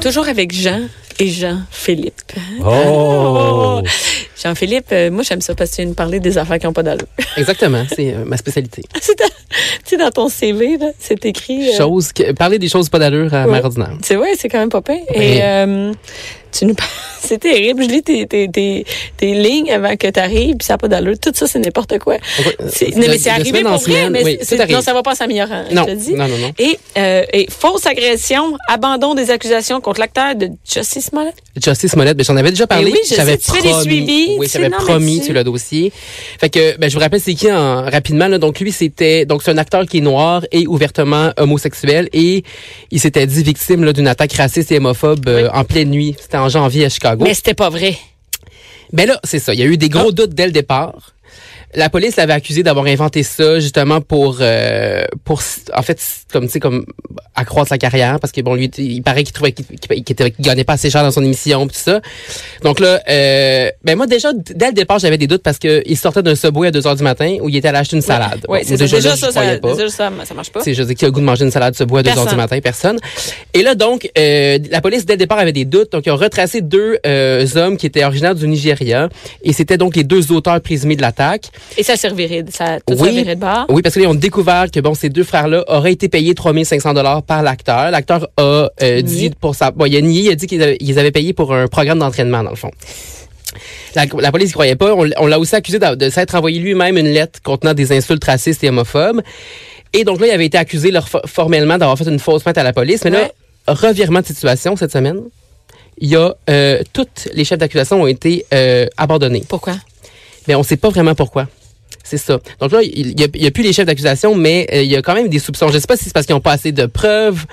Toujours avec Jean et Jean-Philippe. Oh! Jean-Philippe, euh, moi, j'aime ça parce que tu viens de parler des affaires qui n'ont pas d'allure. Exactement, c'est euh, ma spécialité. C'est dans- tu sais, dans ton CV, là, c'est écrit. euh, Chose que- parler des choses pas d'allure à Ouais. mère ordinaire. C'est ouais, c'est quand même pas pire. Ouais. Et euh, tu nous parles- c'est terrible. Je lis tes, tes, tes, tes lignes avant que tu arrives, puis ça n'a pas d'allure. Tout ça, c'est n'importe quoi. C'est- De- Non, mais de c'est arrivé Euh, semaine en pour vrai, semaine, mais oui, c'est- tout arrive. non, ça va pas en s'améliorant. non, je te le dis. non, non, non. Et, euh, et fausse agression, abandon des accusations contre l'acteur de Justice Smollett. Justice Smollett, ben, j'en avais déjà parlé. Eh oui, je sais, j'avais tu fais des promis- suivis, Oui, tu sais, j'avais non, mais promis tu- sur le dossier. Fait que, ben, je vous rappelle c'est qui en, rapidement, là. Donc, lui, c'était, donc, c'est un acteur qui est noir et ouvertement homosexuel et il s'était dit victime, là, d'une attaque raciste et homophobe euh, en pleine nuit. C'était en janvier à Chicago. Mais c'était pas vrai. Ben là, c'est ça. Il y a eu des Ah. gros doutes dès le départ. La police l'avait accusé d'avoir inventé ça justement pour euh, pour en fait comme tu sais comme accroître sa carrière parce que bon lui il paraît qu'il trouvait qu'il qu'il- qu'il était- qu'il gagnait pas assez cher dans son émission pis tout ça. Donc là euh, ben moi déjà d- dès le départ j'avais des doutes parce que il sortait d'un Subway à 2 heures du matin où il était allé acheter une salade. Oui, Bon, c'est ça. là, Déjà, je ça, croyais ça, pas. déjà, ça, ça marche pas. Tu sais, je veux dire, qui a le goût de manger une salade Subway à 2 heures Personne. du matin? Personne. Et là, donc, euh, la police, dès le départ, avait des doutes. Donc, ils ont retracé deux euh, hommes qui étaient originaires du Nigeria. Et c'était donc les deux auteurs présumés de l'attaque. Et ça servirait, de- ça, tout Oui. ça virait de bord. Oui, parce qu'ils ont découvert que, bon, ces deux frères-là auraient été payés 3500 dollars par l'acteur. L'acteur a euh, dit Nié. pour sa... Bon, il a nié, il a dit qu'ils avaient, ils avaient payé pour un programme d'entraînement, dans le fond. La, la police ne croyait pas. On, l- on l'a aussi accusé d'a- de s'être envoyé lui-même une lettre contenant des insultes racistes et homophobes. Et donc là, il avait été accusé leur, fo- formellement d'avoir fait une fausse plainte à la police. Mais Ouais. là, revirement de situation cette semaine, il y a... euh, toutes les chefs d'accusation ont été euh, abandonnés. Pourquoi? Mais on ne sait pas vraiment pourquoi. C'est ça. Donc là, il n'y a, il y a plus les chefs d'accusation, mais euh, il y a quand même des soupçons. Je ne sais pas si c'est parce qu'ils n'ont pas assez de preuves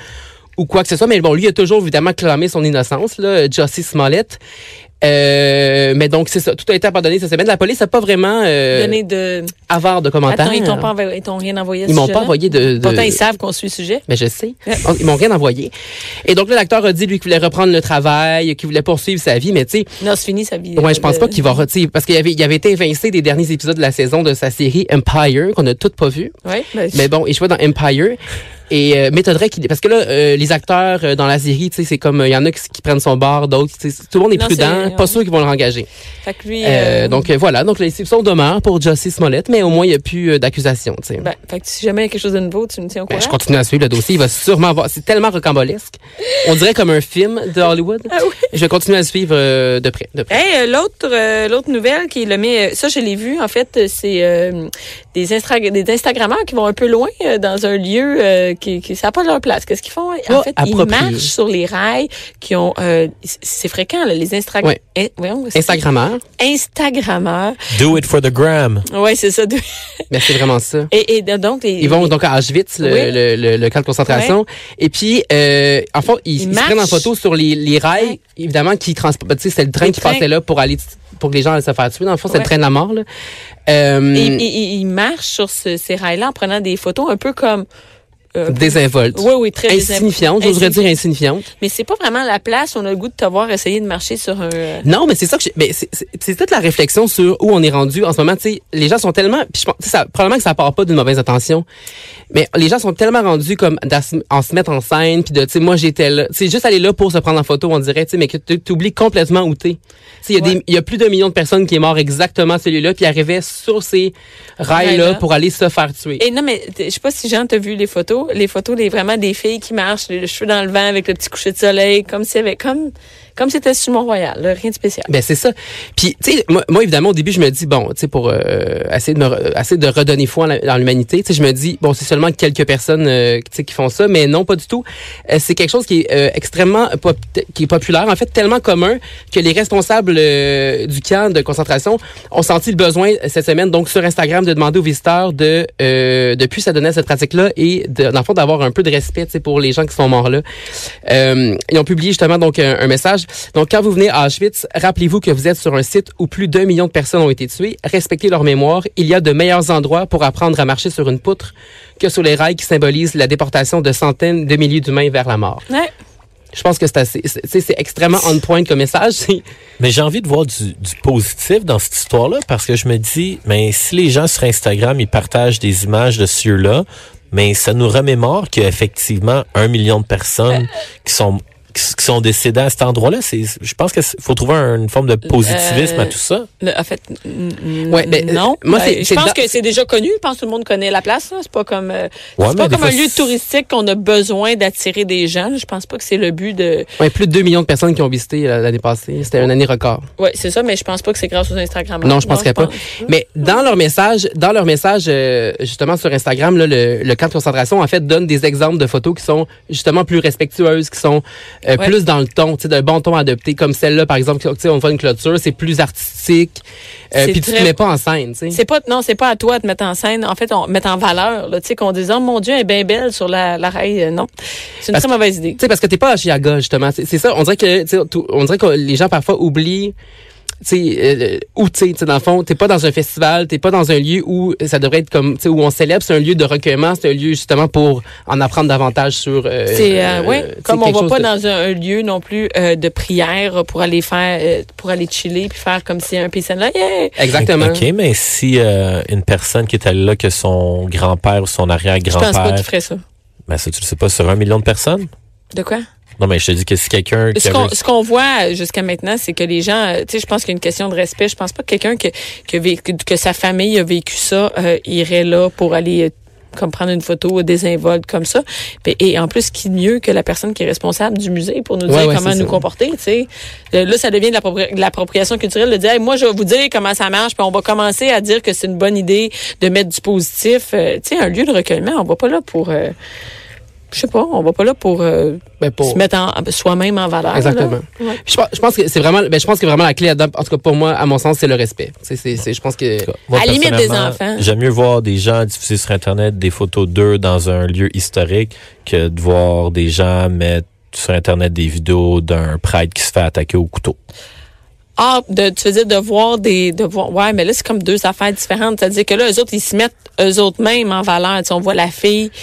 ou quoi que ce soit, mais bon, lui il a toujours évidemment clamé son innocence, là, Jossie Smollett. Euh, mais donc, c'est ça. Tout a été abandonné cette semaine. La police n'a pas vraiment euh, Donner de. avare de commentaires. Attends, ils t'ont pas envoyé- ils t'ont rien envoyé à ce Ils m'ont pas sujet-là? envoyé de... de- Pourtant, ils savent qu'on suit le sujet. mais je sais. Ils m'ont rien envoyé. Et donc là, l'acteur a dit, lui, qu'il voulait reprendre le travail, qu'il voulait poursuivre sa vie, mais tu sais, Non, c'est fini sa vie. euh, Ouais, je pense de- pas qu'il va retirer parce qu'il avait, il avait été évincé des derniers épisodes de la saison de sa série Empire qu'on a toutes pas vu. Ouais, ben, Mais bon, il jouait dans Empire et euh, m'étonnerait qu'il parce que là euh, les acteurs euh, dans la série, tu sais, c'est comme euh, il y en a qui, qui prennent son bar, d'autres, tu sais, tout le monde est Non, prudent, c'est- pas sûr qu'ils vont le rengager. fait que lui. Euh, euh, donc euh, voilà, donc les soupçons demeurent pour Jossie Smollett, mais au moins il n'y a plus euh, d'accusation, tu sais. ben, fait que si jamais il y a quelque chose de nouveau, tu me tiens au Ben, courant. je continue à suivre le dossier. Il va sûrement avoir. C'est tellement rocambolesque. On dirait comme un film de Hollywood. Ah oui. Je vais continuer à le suivre euh, de près. De près. Hey, euh, l'autre euh, l'autre nouvelle qui le met euh, ça je l'ai vu en fait euh, c'est euh, des Instra- des instagrammeurs qui vont un peu loin euh, dans un lieu euh, qui qui ça a pas leur place qu'est-ce qu'ils font en Pas fait approprié. ils marchent sur les rails qui ont euh, c- c'est fréquent là, les Instagram Ouais. Instagrammeur. Instagrammeurs Do it for the gram. ouais c'est ça de- Ben, c'est vraiment ça. et, et donc les, Ils vont donc à Auschwitz, le, Oui. le, le, le camp de concentration. Et puis, euh, en fond, ils, Ils ils se prennent en marchent. photo sur les, les rails, Ouais. évidemment, qui transportent. Tu sais, c'est le train Le qui train. passait là pour aller pour que les gens allaient se faire tuer. Dans le fond, c'est le Ouais. train de la mort. Là. Euh, et- et- et- ils marchent sur ce- ces rails là en prenant des photos un peu comme euh, désinvolte. oui oui très Insignifiante, j'oserais dire insignifiante. Mais c'est pas vraiment la place où on a le goût de te voir essayer de marcher sur un. euh, Non, mais c'est ça que j'ai- mais c'est- c'est c'est toute la réflexion sur où on est rendu en ce moment. Tu sais, les gens sont tellement, puis je pense, tu sais, ça, probablement que ça part pas d'une mauvaise intention, mais les gens sont tellement rendus comme d'à se- en se mettre en scène, puis de, tu sais, moi j'étais là, tu sais, juste aller là pour se prendre en photo, on dirait, tu sais, mais que tu oublies complètement où t'es. Tu sais, il y a Ouais. des, il y a plus d'un million de personnes qui est mort exactement celui-là, puis arrivait sur ces rails là Rails-là. pour aller se faire tuer. Et non, mais t- je sais pas si Jean t'a vu les photos. Les photos, les, vraiment des filles qui marchent, les cheveux dans le vent avec le petit coucher de soleil, comme si avait, comme, comme c'était sur Mont-Royal, là, rien de spécial. Ben c'est ça. Puis tu sais moi, moi, évidemment au début je me dis bon, tu sais pour euh, essayer de me re- essayer de redonner foi en la- dans l'humanité, tu sais je me dis bon, c'est seulement quelques personnes euh, tu sais qui font ça mais non pas du tout. Euh, c'est quelque chose qui est euh, extrêmement pop- qui est populaire en fait tellement commun que les responsables euh, du camp de concentration ont senti le besoin euh, cette semaine donc sur Instagram de demander aux visiteurs de euh, de plus s'adonner à cette pratique là et de, dans le fond d'avoir un peu de respect tu sais, pour les gens qui sont morts là. Euh, ils ont publié justement donc un, un message. Donc quand vous venez à Auschwitz, rappelez-vous que vous êtes sur un site où plus d'un million de personnes ont été tuées. Respectez leur mémoire. Il y a de meilleurs endroits pour apprendre à marcher sur une poutre que sur les rails qui symbolisent la déportation de centaines de milliers d'humains vers la mort. Ouais. Je pense que c'est assez, c'est- tu sais, c'est extrêmement on point comme message. C'est- Mais j'ai envie de voir du, du positif dans cette histoire-là parce que je me dis, mais si les gens sur Instagram, ils partagent des images de ceux là mais ça nous remémore qu'il y a effectivement un million de personnes qui sont qui, s- qui qui sont décédés à cet endroit-là. C'est, je pense qu'il faut trouver un- une forme de positivisme Euh, à tout ça. Le- en fait, n- n- Ouais, ben, non. moi, Ben, c'est- je c'est pense dans- que c'est déjà connu. Je pense que tout le monde connaît la place. là. C'est pas comme, euh, c'est mais pas des comme un fois, lieu c'est- touristique qu'on a besoin d'attirer des gens. là. Je pense pas que c'est le but de. Ouais, plus de 2 millions de personnes qui ont visité euh, l'année passée. C'était une année record. Ouais, c'est ça, mais je pense pas que c'est grâce aux Instagram. Non, je penserais pas. Mais dans leur message, dans leur message euh, justement sur Instagram, là, le, le camp de concentration en fait donne des exemples de photos qui sont justement plus respectueuses, qui sont euh, Ouais. plus dans le ton, tu sais, d'un bon ton adopté, comme celle-là par exemple, tu sais, on voit une clôture, c'est plus artistique, euh, C'est puis tu te très- mets pas en scène, tu sais. C'est pas, non, c'est pas à toi de mettre en scène. En fait, on mettre en valeur, là. Tu sais, qu'on dise, oh mon Dieu, elle est bien belle sur la, la rail. Euh, Non. C'est une Parce très mauvaise idée. Tu sais, parce que t'es pas à Chiaga, justement. C'est c'est ça, on dirait que, tu sais, tout- on dirait que les gens parfois oublient, tu sais, euh, où tu sais, tu sais, dans le fond, t'es pas dans un festival, t'es pas dans un lieu où ça devrait être comme, tu sais, où on célèbre, c'est un lieu de recueillement, c'est un lieu justement pour en apprendre davantage sur. euh, C'est euh, euh, ouais, tu sais, comme on quelque va chose pas de- dans un, un lieu non plus euh, de prière pour aller faire euh, pour aller chiller puis faire comme si un piscine là yeah! Exactement. OK, mais si euh, une personne qui est allée là que son grand-père ou Je pense son pas qu'il arrière-grand-père, ferait ça. ben ça, tu le sais pas, sur un million de personnes? De quoi Non, mais je te dis que si quelqu'un qui Ce qu'on avait- ce qu'on voit jusqu'à maintenant, c'est que les gens, euh, tu sais, je pense qu'il y a une question de respect. Je pense pas que quelqu'un que que, vécu- que sa famille a vécu ça euh, irait là pour aller euh, comme prendre une photo désinvolte comme ça. Puis- Et en plus, qui de mieux que la personne qui est responsable du musée pour nous Ouais, dire ouais, comment c'est nous ça. comporter, tu sais. Euh, Là, ça devient de l'appropri- de l'appropriation culturelle de dire, Hey, moi, je vais vous dire comment ça marche, puis on va commencer à dire que c'est une bonne idée de mettre du positif. Euh, tu sais, un lieu de recueillement, on va pas là pour... euh, je sais pas, on va pas là pour, euh, Ben, pour- se mettre en- soi-même en valeur. là. Exactement. Ouais. Je pense, je pense que c'est vraiment, ben, je pense que vraiment la clé là-dedans, en tout cas pour moi, à mon sens, c'est le respect. Tu sais, c'est, c'est- je pense que. Moi, À la limite des personnellement, enfants. J'aime mieux voir des gens diffuser sur Internet des photos d'eux dans un lieu historique que de voir des gens mettre sur Internet des vidéos d'un prêtre qui se fait attaquer au couteau. Ah, de, tu veux dire de voir des. De voir, ouais, mais là, c'est comme deux affaires différentes. C'est-à-dire que là, eux autres, ils se mettent eux autres mêmes en valeur. Tu sais, on voit la fille, tu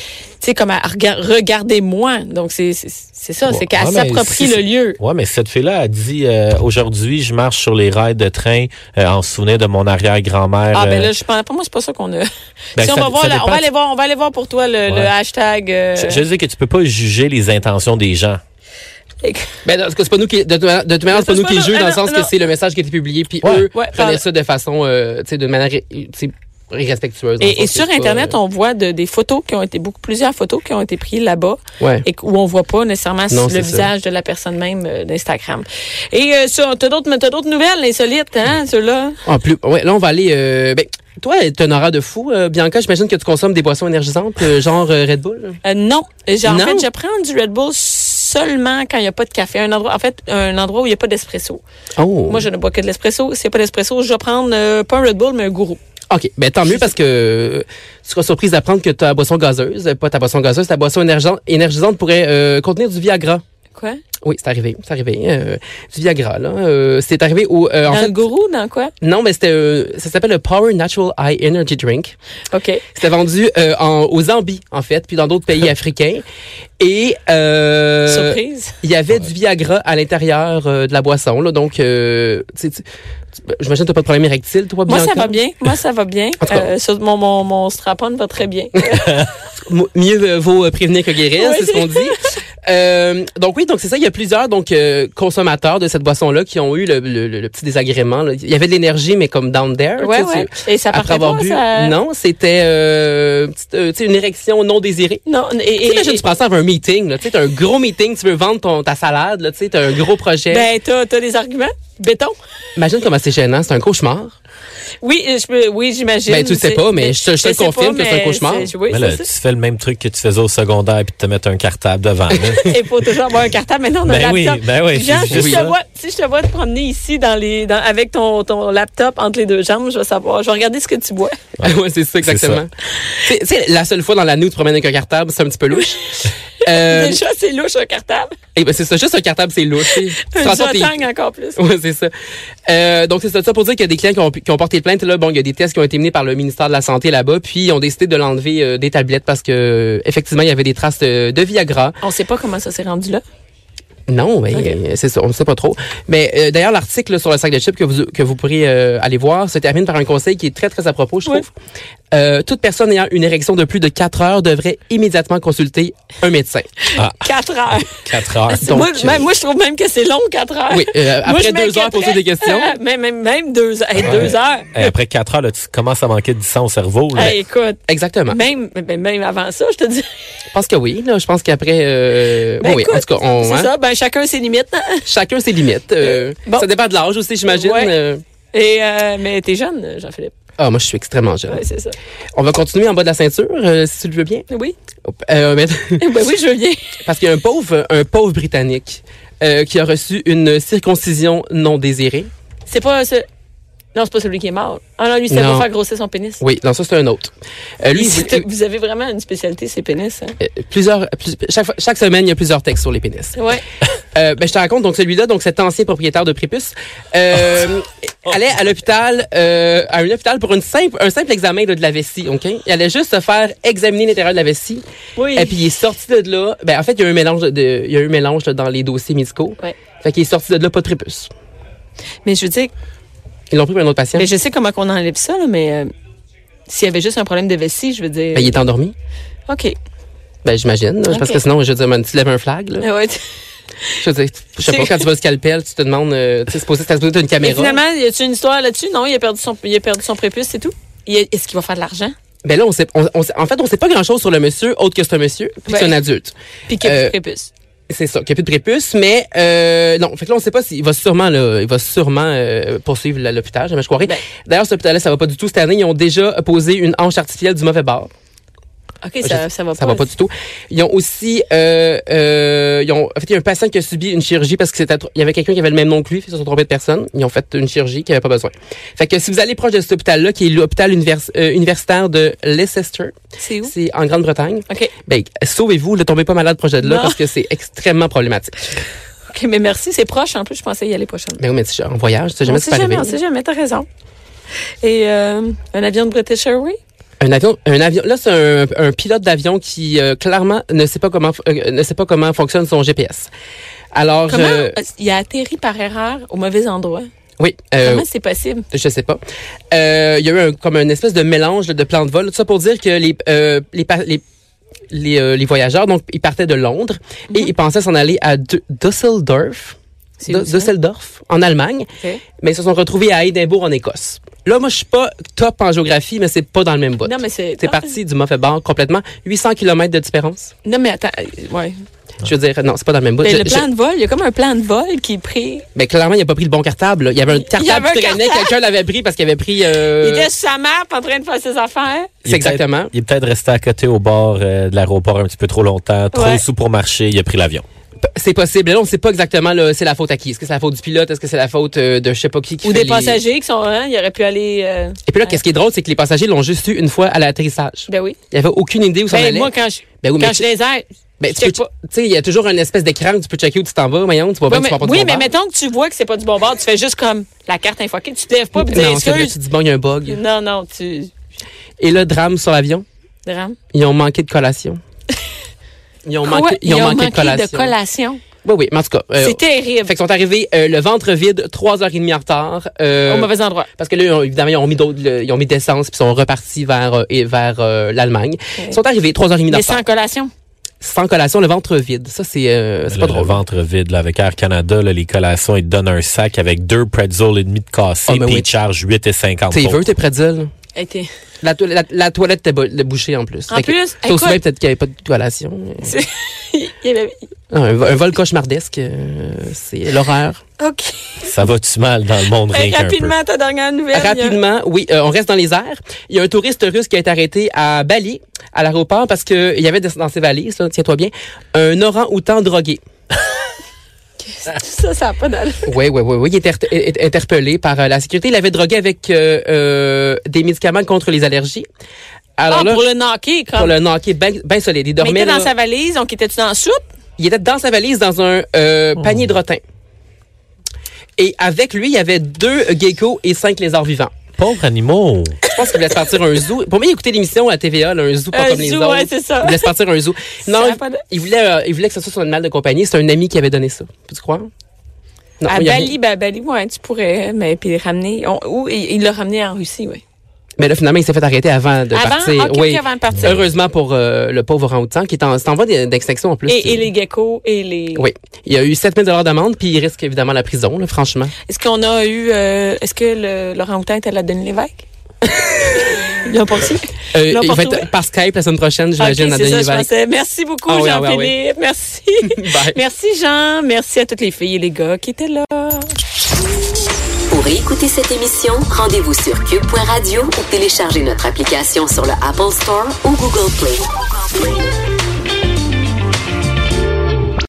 sais, comme à rega- regardez-moi. Donc, c'est c'est- c'est ça, Ouais. c'est qu'elle Ah, mais s'approprie si le c'est- lieu. Ouais, mais cette fille-là a dit euh, aujourd'hui, je marche sur les rails de train euh, en souvenir de mon arrière-grand-mère. Ah, ben euh, là, je pense. Pour moi, c'est pas ça qu'on a. Ben, si on ça- va voir, ça la- on dépend. va aller voir, on va aller voir pour toi le, le Ouais. hashtag. euh, je, je veux dire que tu peux pas juger les intentions des gens. Ben, en tout cas, c'est pas nous qui, de, toute manière- de toute manière, c'est pas Ça, nous c'est qui pas jugeons nous. dans le Ah, non, sens que non. c'est le message qui a été publié, puis Ouais. eux Ouais, prenaient par- ça de façon, euh, tu sais, de manière, euh, tu sais, irrespectueuse. dans le Et, et sens sur que c'est pas, Internet, euh, on voit de- des photos qui ont été, beaucoup, plusieurs photos qui ont été prises là-bas. Ouais. et qu- où on voit pas nécessairement Non, le c'est ça. visage de la personne même euh, d'Instagram. Et euh, sur, t'as d'autres, mais t'as d'autres nouvelles insolites, hein, ceux-là. En plus, ouais, là, on va aller. Euh, ben, toi, t'es un horaire de fou, euh, Bianca. J'imagine que tu consommes des boissons énergisantes, euh, genre euh, Red Bull. Euh, non, J'ai- en Non. fait, je prends du Red Bull seulement quand il n'y a pas de café. Un endroit, en fait, un endroit où il n'y a pas d'espresso. Oh. Moi, je ne bois que de l'espresso. S'il n'y a pas d'espresso, je vais prendre euh, pas un Red Bull, mais un gourou. OK. Ben, tant mieux parce que euh, tu seras surprise d'apprendre que ta boisson gazeuse, euh, pas ta boisson gazeuse, ta boisson énergisante, énergisante pourrait euh, contenir du Viagra. Quoi? Oui, c'est arrivé. C'est arrivé. euh, du Viagra, là. Euh, c'est arrivé au. euh, en dans fait, le gourou, dans quoi? non, mais c'était. euh, ça s'appelle le Power Natural Eye Energy Drink. OK. C'était vendu euh, en, aux Zambie, en fait, puis dans d'autres pays africains. Et euh, Surprise. il y avait du Viagra à l'intérieur euh, de la boisson. Là, donc, euh, tu sais, tu- tu- j'imagine que tu pas de problème érectile, toi, Moi, Bianca? ça va bien. Moi, ça va bien. En tout cas- Euh, sur- mon, mon, mon strapon va très bien. M- mieux euh, vaut euh, prévenir que guérir, Ouais, c'est ce qu'on dit. Euh, donc oui, donc c'est ça. Il y a plusieurs donc euh, consommateurs de cette boisson-là qui ont eu le, le- le- le petit désagrément. là. Il y avait de l'énergie, mais comme down there. ouais, tu sais, ouais. tu- Et ça Après partait avoir pas, bu, ça- non, c'était euh, petite, euh, tu sais, une érection non désirée. Non, et, et- Tu sais, imagine, et- tu pensais à un meeting, là, tu sais, t'as un gros meeting, tu veux vendre ton, ta salade, là, tu sais, t'as un gros projet. ben, t'as t'as des arguments? Béton? Imagine comment c'est gênant, c'est un cauchemar. Oui, euh, je peux, oui, j'imagine. Ben, tu le sais C'est- pas, mais je te- je te sais pas, confirme que c'est un mais cauchemar. c'est- Oui, mais là, tu c'est ça. fais le même truc que tu faisais au secondaire puis de te mettre un cartable devant. là. Il faut toujours avoir un cartable. Maintenant, on a Ben un oui, laptop. ben oui, Jean, c'est si, juste je te ça. vois, si je te vois te promener ici dans les, dans, avec ton, ton laptop entre les deux jambes, je vais savoir. Je vais regarder ce que tu bois. Ouais, c'est ça, C'est ça. exactement. Tu sais- tu sais, la seule fois dans l'année où tu te promènes avec un cartable, c'est un petit peu louche. Euh, Déjà, c'est louche, un cartable. Eh ben c'est ça, juste un cartable, c'est louche. tu sais. Tu te Un rends compte, t'es- jotagne encore plus. Ouais, c'est ça. Euh, donc, c'est ça, ça pour dire qu'il y a des clients qui ont, pu- qui ont porté plainte. Là, bon, il y a des tests qui ont été menés par le ministère de la Santé là-bas, puis ils ont décidé de l'enlever euh, des tablettes parce que euh, effectivement, il y avait des traces de, de Viagra. On sait pas comment ça s'est rendu là. Non, mais euh, c'est ça, on ne sait pas trop. Mais euh, d'ailleurs, l'article là, sur le sac de chips que vous, que vous pourrez euh, aller voir se termine par un conseil qui est très, très à propos, je Oui. trouve. Euh, toute personne ayant une érection de plus de 4 heures devrait immédiatement consulter un médecin. Quatre heures. Quatre heures. C'est- moi, euh, même- moi, je trouve même que c'est long, quatre heures. Oui, euh, Moi, après je deux heures, poser des questions. m'inquiéterais. même, même, même deux, hey, deux heures. Hey, après quatre heures, là, tu commences à manquer de sang au cerveau. là. Hey, écoute, Exactement. même, ben, même avant ça, je te dis. Je pense que oui. Là, je pense qu'après, euh, Ben, oui, écoute, en tout cas, on, C'est hein, ça, ben, chacun ses limites. hein. chacun ses limites. euh, bon. Ça dépend de l'âge aussi, j'imagine. Ouais. euh. Et, euh, mais t'es jeune, Jean-Philippe. Ah, moi, je suis extrêmement jeune. Ouais, c'est ça. On va continuer en bas de la ceinture, euh, si tu le veux bien. Oui. Euh, mais- Ben oui, je veux bien. Parce qu'il y a un pauvre, un pauvre Britannique euh, qui a reçu une circoncision non désirée. C'est pas ce. Non, c'est pas celui qui est mort. Ah non, lui, c'était Non. pour faire grossir son pénis. Oui, dans ça, c'est un autre. Euh, lui, C'est- il- vous avez vraiment une spécialité, c'est pénis. Hein? euh, plusieurs, plus- chaque, fois- chaque semaine, il y a plusieurs textes sur les pénis. Ouais. Euh, ben, je te raconte, donc celui-là, donc cet ancien propriétaire de Prépuce, euh, Oh. allait à l'hôpital, euh, à un hôpital pour une simple, un simple examen là, de la vessie, OK? Il allait juste se faire examiner l'intérieur de la vessie. Oui. Et puis il est sorti de là. Ben, en fait, il y a eu un mélange, de, il y a eu un mélange là, dans les dossiers médicaux. Ouais. Fait qu'il est sorti de là pas de Prépuce. Mais je veux dire, Ils l'ont pris pour un autre patient. mais je sais comment qu'on enlève ça, là, mais euh, s'il y avait juste un problème de vessie, je veux dire. Ben, il est endormi. OK. Ben, j'imagine. là. Parce Ok. que sinon, je veux dire, man, tu te lèves un flag. Là. Ah ouais. Je veux dire, je sais C'est- pas, quand tu vas au scalpel, tu te demandes, euh, tu sais, c'est supposé t'as supposé t'as une Mais caméra. finalement, y a-tu une histoire là-dessus? Non, il a perdu son, il a perdu son prépuce, c'est tout. Il a- Est-ce qu'il va faire de l'argent? Ben là, on sait, on, on sait- en fait, on sait pas grand-chose sur le monsieur, autre que c'est un monsieur, puis c'est Ouais. un adulte. Puis qu'il a Euh, plus de prépuce. C'est ça, qu'il n'y a plus de prépuce, mais euh, non. Fait que là, on sait pas s'il va sûrement, là, il va sûrement euh, poursuivre là, l'hôpital, jamais je croirais. Ben. D'ailleurs, cet hôpital-là, ça va pas du tout cette année. Ils ont déjà posé une hanche artificielle du mauvais bord. OK, ça, ça va pas. Ça va pas du tout. Ils ont aussi, euh, euh, ils ont, en fait, il y a un patient qui a subi une chirurgie parce que c'était, trop- il y avait quelqu'un qui avait le même nom que lui, ils se sont trompés de personne. Ils ont fait une chirurgie qui avait pas besoin. Fait que si vous allez proche de cet hôpital-là, qui est l'hôpital univers- euh, universitaire de Leicester, C'est où? c'est en Grande-Bretagne. OK. Ben, sauvez-vous, ne tombez pas malade proche de là Non. parce que c'est extrêmement problématique. OK, mais merci. C'est proche. En plus, je pensais y aller prochainement. Mais oui, mais tu sais, en voyage, tu sais jamais on si sait c'est jamais, arrivé. on sait jamais. T'as raison. Et euh, un avion de British Airways? Un avion, un avion. Là, c'est un, un pilote d'avion qui euh, clairement ne sait pas comment, euh, ne sait pas comment fonctionne son GPS. Alors, Comment euh, il a atterri par erreur au mauvais endroit? oui. euh, Comment c'est possible? Je sais pas. Euh, Il y a eu un- comme une espèce de mélange là, de plans de vol. Tout ça pour dire que les, euh, les, pa- les, les, euh, les voyageurs, donc, ils partaient de Londres et ils pensaient s'en aller à Du- Mhm. Düsseldorf. C'est Du- où ça? Düsseldorf, en Allemagne. OK. Mais ils se sont retrouvés à Édimbourg, en Écosse. Là, moi, je suis pas top en géographie, mais c'est pas dans le même bout. Non, mais c'est. C'est parti du mauvais bord complètement. 800 km de différence. Non, mais attends. euh, Ouais. Je veux dire, non, c'est pas dans le même bout. Mais Je- le je- plan de vol, il y a comme un plan de vol qui est pris. ben, clairement, il a pas pris le bon cartable. là. Il y avait un cartable avait qui un traînait. cartable. Quelqu'un l'avait pris parce qu'il avait pris... euh, Il était sur sa map en train de faire ses affaires. Il c'est est peut-être- exactement. Il est peut-être resté à côté au bord euh, de l'aéroport un petit peu trop longtemps, trop Ouais. sous pour marcher, il a pris l'avion. C'est possible. Là, on ne sait pas exactement là, c'est la faute à qui. Est-ce que c'est la faute du pilote? Est-ce que c'est la faute euh, de je sais pas qui qui Ou fait des les- passagers qui sont. Hein, il aurait pu aller. euh, Et puis là, qu'est-ce qui est drôle, c'est que les passagers l'ont juste eu une fois à l'atterrissage. Ben oui. Il n'y avait aucune idée où ça Ben, allait. moi, quand je. Ben oui, mais quand tu- je les aide. je Ben, tu peux- check pas. tu sais, il y a toujours une espèce d'écran où tu peux checker où tu t'en vas, voyons, tu vas bien, Ouais, tu vas pas mais, du oui, bon mais bord. mettons que tu vois que c'est pas du bon bord, tu fais juste comme la carte infoquée, tu te lèves pas et tu dis Non, c'est vrai, excuse. tu dis bon, il y a un bug. Non, non, tu. Et là, drame sur l'avion. Drame. Ils ont manqué de collation. Ils ont manqué, ils ont manqué, de collation. collation. Oui, oui, mais en tout cas. euh, C'est terrible. fait qu'ils sont arrivés euh, le ventre vide, trois heures et demie en retard. euh, Au mauvais endroit. Parce que là, ils ont- évidemment, ils ont mis d'autres, le- ils ont mis d'essence puis ils sont repartis vers euh, et vers euh, l'Allemagne. Ils sont arrivés 3h30 Mais d'avance. Sans... sans collation. collation, le ventre vide. Ça, c'est euh, c'est Le- pas drôle. Le ventre vide, là, avec Air Canada, là, les collations, ils te donnent un sac avec deux pretzels et demi de cassé, Ah, mais puis oui. ils te chargent 8 et 50 T'es veux, t'es pretzels? Hey, t'es- La, to- la, la toilette était bo- le bouchée en plus. En Fait que plus, c'est aussi écoute- bien peut-être qu'il n'y avait pas de collation. Il y avait- Non, un, vo- un vol cauchemardesque, euh, c'est l'horreur. OK. Ça va-tu mal dans le Ben, monde rien Hey, qu'un peu? rapidement, ta dernière nouvelle. il y a- Rapidement, oui, euh, on reste dans les airs. Il y a un touriste russe qui a été arrêté à Bali, à l'aéroport, parce que il y avait dans ses valises, là, tiens-toi bien, un orang-outan drogué. Ça, ça n'a pas d'allure. Oui, oui, oui, oui. Il était inter- est- interpellé par euh, la sécurité. Il avait drogué avec euh, euh, des médicaments contre les allergies. Alors Ah, là, pour le knocker, pour comme. le knocker bien solide. Il Mais il dormait était dans là. sa valise, donc il était-tu dans la soupe? Il était dans sa valise dans un euh, Oh. panier de rotin. Et avec lui, il y avait deux geckos et cinq lézards vivants. Pauvres animaux. Je pense qu'ils laissent partir un zoo. Pour moi, écouter l'émission à TVA, là, un zoo pas Un comme les zoo, autres. ouais, c'est ça. Ils laissent partir un zoo. Non, a il- pas de- il, voulait, euh, il voulait que ce soit son animal de compagnie. C'est un ami qui avait donné ça. Peux-tu croire? Non, à il y a rien. Bali, ben, à Bali, ouais, tu pourrais, mais puis ramener, on- ou il il l'a ramené en Russie, oui. Mais là, finalement, il s'est fait arrêter avant de Avant, partir. ok, ok, oui. avant de partir. Heureusement pour euh, le pauvre orang-outan qui est en, c'est en voie d'extinction en plus. Et, et les geckos et les. Oui. Il y a eu 7000 dollars d'amende, puis il risque évidemment la prison, là, franchement. Est-ce qu'on a eu, euh, est-ce que le, Laurent Houtin était là Denis Lévesque? Ils l'ont poursuivi? Euh, Ils l'ont il va retrouvé? être par Skype la semaine prochaine, Ok, j'imagine, à c'est ça, Denis je Lévesque. pensais. Merci beaucoup, Ah oui, ah oui, ah Jean-Philippe. oui. Merci. Bye. Merci, Jean. Merci à toutes les filles et les gars qui étaient là. Pour écouter cette émission, rendez-vous sur cube.radio ou téléchargez notre application sur le Apple Store ou Google Play.